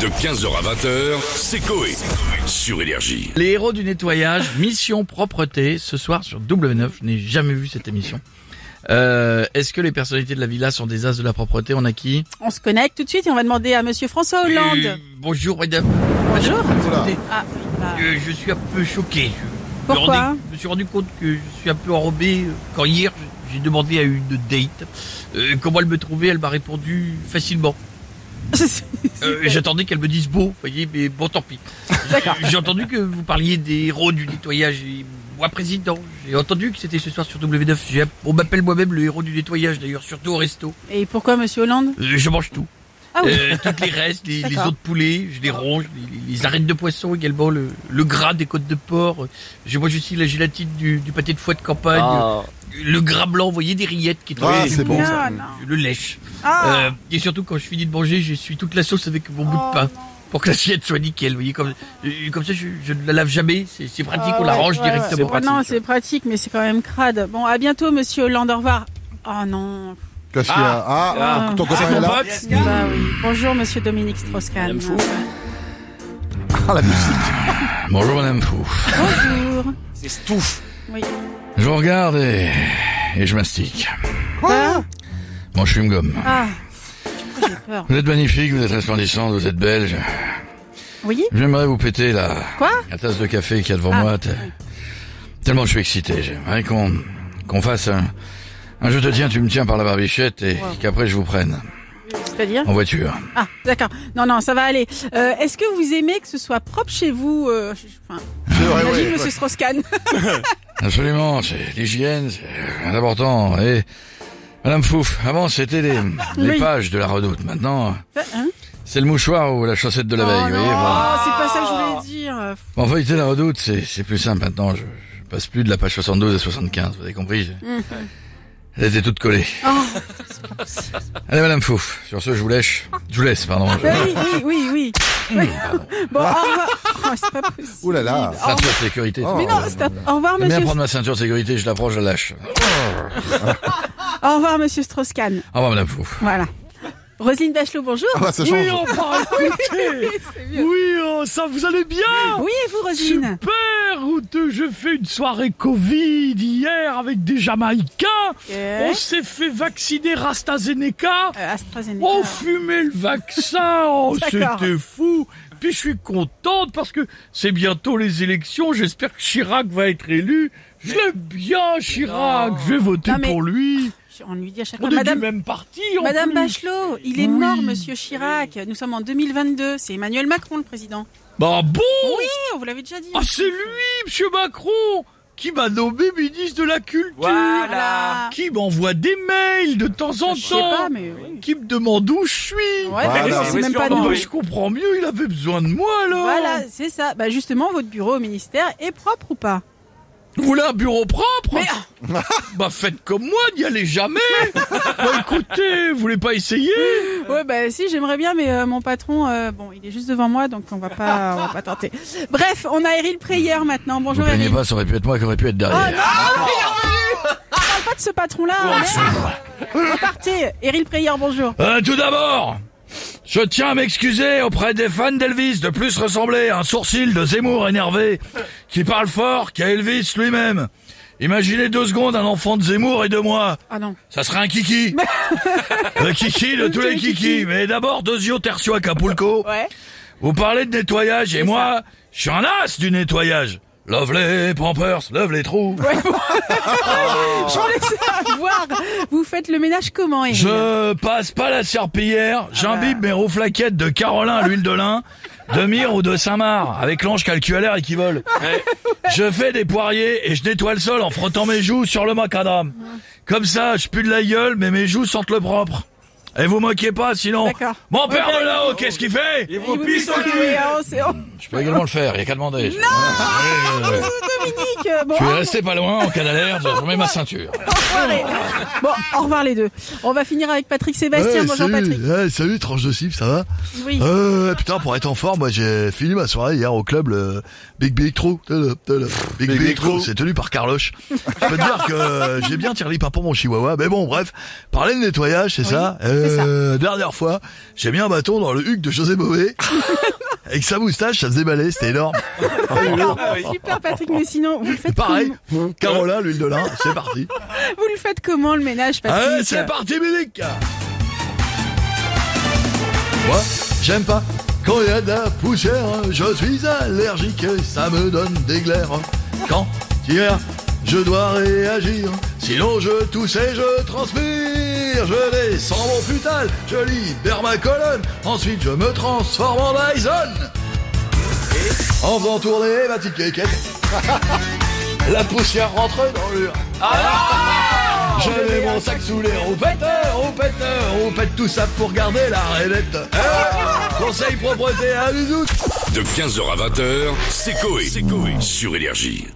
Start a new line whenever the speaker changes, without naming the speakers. De 15h à 20h, c'est Coé. Sur Énergie.
Les héros du nettoyage, mission propreté, ce soir sur W9. Je n'ai jamais vu cette émission. Euh, Est-ce que les personnalités de la villa sont des as de la propreté On a qui
On se connecte tout de suite et on va demander à Monsieur François
Euh,
Hollande.
Bonjour madame.
Bonjour.
Écoutez,
Ah, oui, bah,
euh, je suis un peu choqué. Je me suis
Pourquoi
rendu- Je me suis rendu compte que je suis un peu enrobé euh, quand hier j'ai demandé à une date euh, comment elle me trouvait. Elle m'a répondu facilement. Euh, J'attendais qu'elle me dise beau, vous voyez, mais bon, tant pis. J'ai entendu que vous parliez des héros du nettoyage. Et moi, président, j'ai entendu que c'était ce soir sur W9. J'ai- On m'appelle moi-même le héros du nettoyage, d'ailleurs, surtout au resto.
Et pourquoi Monsieur Hollande
Euh, je mange tout.
Ah oui.
Euh, toutes les restes, les, les
D'accord.
os de poulet, je les ronge, les, les arêtes de poisson également, le, le gras des côtes de porc. Euh, Je mange aussi la gélatine du, du pâté de foie de campagne.
Ah.
Euh, Le gras blanc, vous voyez, des rillettes qui tombent.
Ah,
du
c'est
bout.
bon,
ça. Non, non.
Je le lèche.
Ah.
Euh, et surtout, quand je finis de manger, j'essuie toute la sauce avec mon bout de
Oh,
pain.
non.
Pour que l'assiette soit nickel, vous voyez, comme, euh, comme ça je, je ne la lave jamais, c'est c'est pratique,
Ah
on la
ouais,
range
ouais, ouais.
directement.
Ouais, Non, c'est pratique, mais c'est quand même crade. Bon, à bientôt, Monsieur Hollande. Au revoir. Oh non.
Parce qu'il y a- Ah,
Ah.
ton, ton copain est là.
Bah oui. Bonjour, Monsieur Dominique Strauss-Kahn.
Madame Fou.
Ah, la musique.
Bonjour Madame Fou.
Bonjour.
C'est Stouff.
Oui.
Je vous regarde et, et je mastique.
Ah.
Mon chewing-gum.
Ah. J'ai peur.
Vous êtes magnifique, vous êtes resplendissante, vous êtes belge.
Oui.
J'aimerais vous péter la,
Quoi
la tasse de café qu'il y a devant
Ah.
moi. te- Tellement je suis excité. J'aimerais qu'on qu'on fasse un, un je te tiens, tu me tiens par la barbichette et qu'après je vous prenne
C'est-à-dire
en voiture.
Ah, d'accord. Non, non, ça va aller. Euh, Est-ce que vous aimez que ce soit propre chez vous euh, je- je- enfin,
C'est vrai,
Imagine
ouais.
Monsieur Strauss-Kahn.
Absolument, c'est l'hygiène, c'est important. Et Madame Fouf, avant c'était les, les
Ah, Oui.
pages de la redoute. Maintenant,
Hein
c'est le mouchoir ou la chaussette de la
Oh
veille. vous
non,
voyez, voilà.
c'est pas ça que je voulais dire.
Bon, feuilleter la redoute, c'est, c'est plus simple maintenant. Je, je passe plus de la page 72 à 75, vous avez compris je- Elles étaient toutes collées.
Oh.
Allez, Madame Fouf, sur ce, je vous lèche. Je vous laisse, pardon. Je...
Oui, oui, oui, oui. oui. bon, au revoir. Oh, c'est pas possible.
Ouh là là.
Au
Ceinture de sécurité.
Oh.
Mais non,
euh,
stop. Au
Eh
revoir,
J'aime bien
monsieur.
prendre ma ceinture de sécurité, je l'approche, je la lâche.
Au revoir, monsieur Strauss-Kahn.
Au revoir, Madame Fouf.
Voilà. Roselyne Bachelot, bonjour.
Ah, bah, ça change.
enfin, écoutez
C'est mieux.
Oui, oh, ça vous allez bien
Oui, et vous, Roselyne
Super honteux, J'ai fait une soirée Covid hier avec des Jamaïcains.
Ok.
On s'est fait vacciner Rastazeneca.
Euh, AstraZeneca.
On fumait le vaccin, oh,
D'accord.
c'était fou. Puis je suis contente parce que c'est bientôt les élections. J'espère que Chirac va être élu. Je l'aime bien, Chirac. Je vais voter
Non, mais-
pour lui.
On lui dit à chaque
On
fois.
est
Madame,
du même parti. en
Madame
plus.
Bachelot, il est
Oui.
mort, monsieur Chirac. Nous sommes en 2022. C'est Emmanuel Macron, le président.
Bah bon
Oui, on vous l'avait déjà dit.
Ah, c'est lui, monsieur Macron, qui m'a nommé ministre de la Culture.
Voilà.
Qui m'envoie des mails de temps en
Je sais pas,
temps.
mais. oui.
Qui me demande où je suis.
Ouais,
Voilà.
bah,
Oui,
c'est même pas
Ah,
nous.
bah, je comprends mieux, il avait besoin de moi alors.
Voilà, c'est ça. Bah justement, votre bureau au ministère est propre ou pas
Vous voulez un bureau propre
Mais- ah.
Bah faites comme moi, n'y allez jamais Bah écoutez, vous voulez pas essayer
Ouais, bah si, j'aimerais bien, mais euh, mon patron, euh, bon, il est juste devant moi, donc on va pas, on va pas tenter. Bref, on a Eril Preyer maintenant.
Vous
Bonjour
plaignez
Eril.
pas, ça aurait pu être moi qui aurait pu être
Oh
derrière.
non, on parle pas de ce patron-là. hein, merde. Repartez, Eril Preyer, bonjour.
Euh, Tout d'abord, je tiens à m'excuser auprès des fans d'Elvis de plus ressembler à un sourcil de Zemmour énervé qui parle fort qu'à Elvis lui-même. Imaginez deux secondes un enfant de Zemmour et de moi.
Ah non.
Ça serait un kiki. Le kiki de tous les kikis. Mais d'abord, deux yeux tertio à Capulco.
Ouais.
Vous parlez de nettoyage et
C'est
moi, je suis un as du nettoyage. Love les pampers, love les trous.
J'en laisse à voir. Vous faites le ménage comment, Eril
Je passe pas la
Ah
serpillière, j'imbibe
bah.
mes rouflaquettes de Carolin à l'huile de lin, de Mire ou de Saint-Marc, avec l'ange calculaire et qui vole. Je fais des poiriers et je nettoie le sol en frottant mes joues sur le macadam. Comme ça, je pue de la gueule, mais mes joues sentent le propre. Et vous moquez pas, sinon...
D'accord.
Mon père de là-haut, qu'est-ce qu'il fait
Il vous pisse au cul. Ah, c'est- oh,
Je peux également le faire, il y a qu'à demander.
Dominique, euh, bon,
Je
au
vais rester pas loin en cas d'alerte, je remets ma ceinture.
revoir, Eril. Bon, au revoir les deux. On va finir avec Patrick Sébastien. bonjour Patrick.
salut, tranche de cible, ça va
Oui.
Ah,
euh, Putain, pour être en forme, moi j'ai fini ma soirée hier au club, le Big Big Trou. Big Big,
Big
Trou,
Trou.
c'est tenu par Carloche. Je peux te dire que j'ai bien tiré les papons mon chihuahua, mais bon, bref. Parler de nettoyage, c'est ça Euh,
fait ça.
Euh, dernière fois, j'ai mis un bâton dans le huc de José Bové. Avec sa moustache, ça faisait balai, c'était énorme.
D'accord, super Patrick, mais sinon, vous le faites
Pareil,
comment
Carola, l'huile de lin, c'est parti.
Vous le faites comment le ménage, Patrick
Allez, c'est parti, musique Moi, j'aime pas quand il y a de la poussière, je suis allergique, ça me donne des glaires. Quand hier, je dois réagir, sinon je tousse et je transpire. Je descends mon futal, je libère ma colonne, ensuite je me transforme en Dyson. En faisant tourner ma petite quéquette, la poussière rentre dans l'ur. Je mets mon sac sous les roupettes, roupettes, roupettes, tout ça pour garder la raidette. Eh, conseil propreté à bisous.
De 15h à 20h, c'est Coé. Sur Énergie.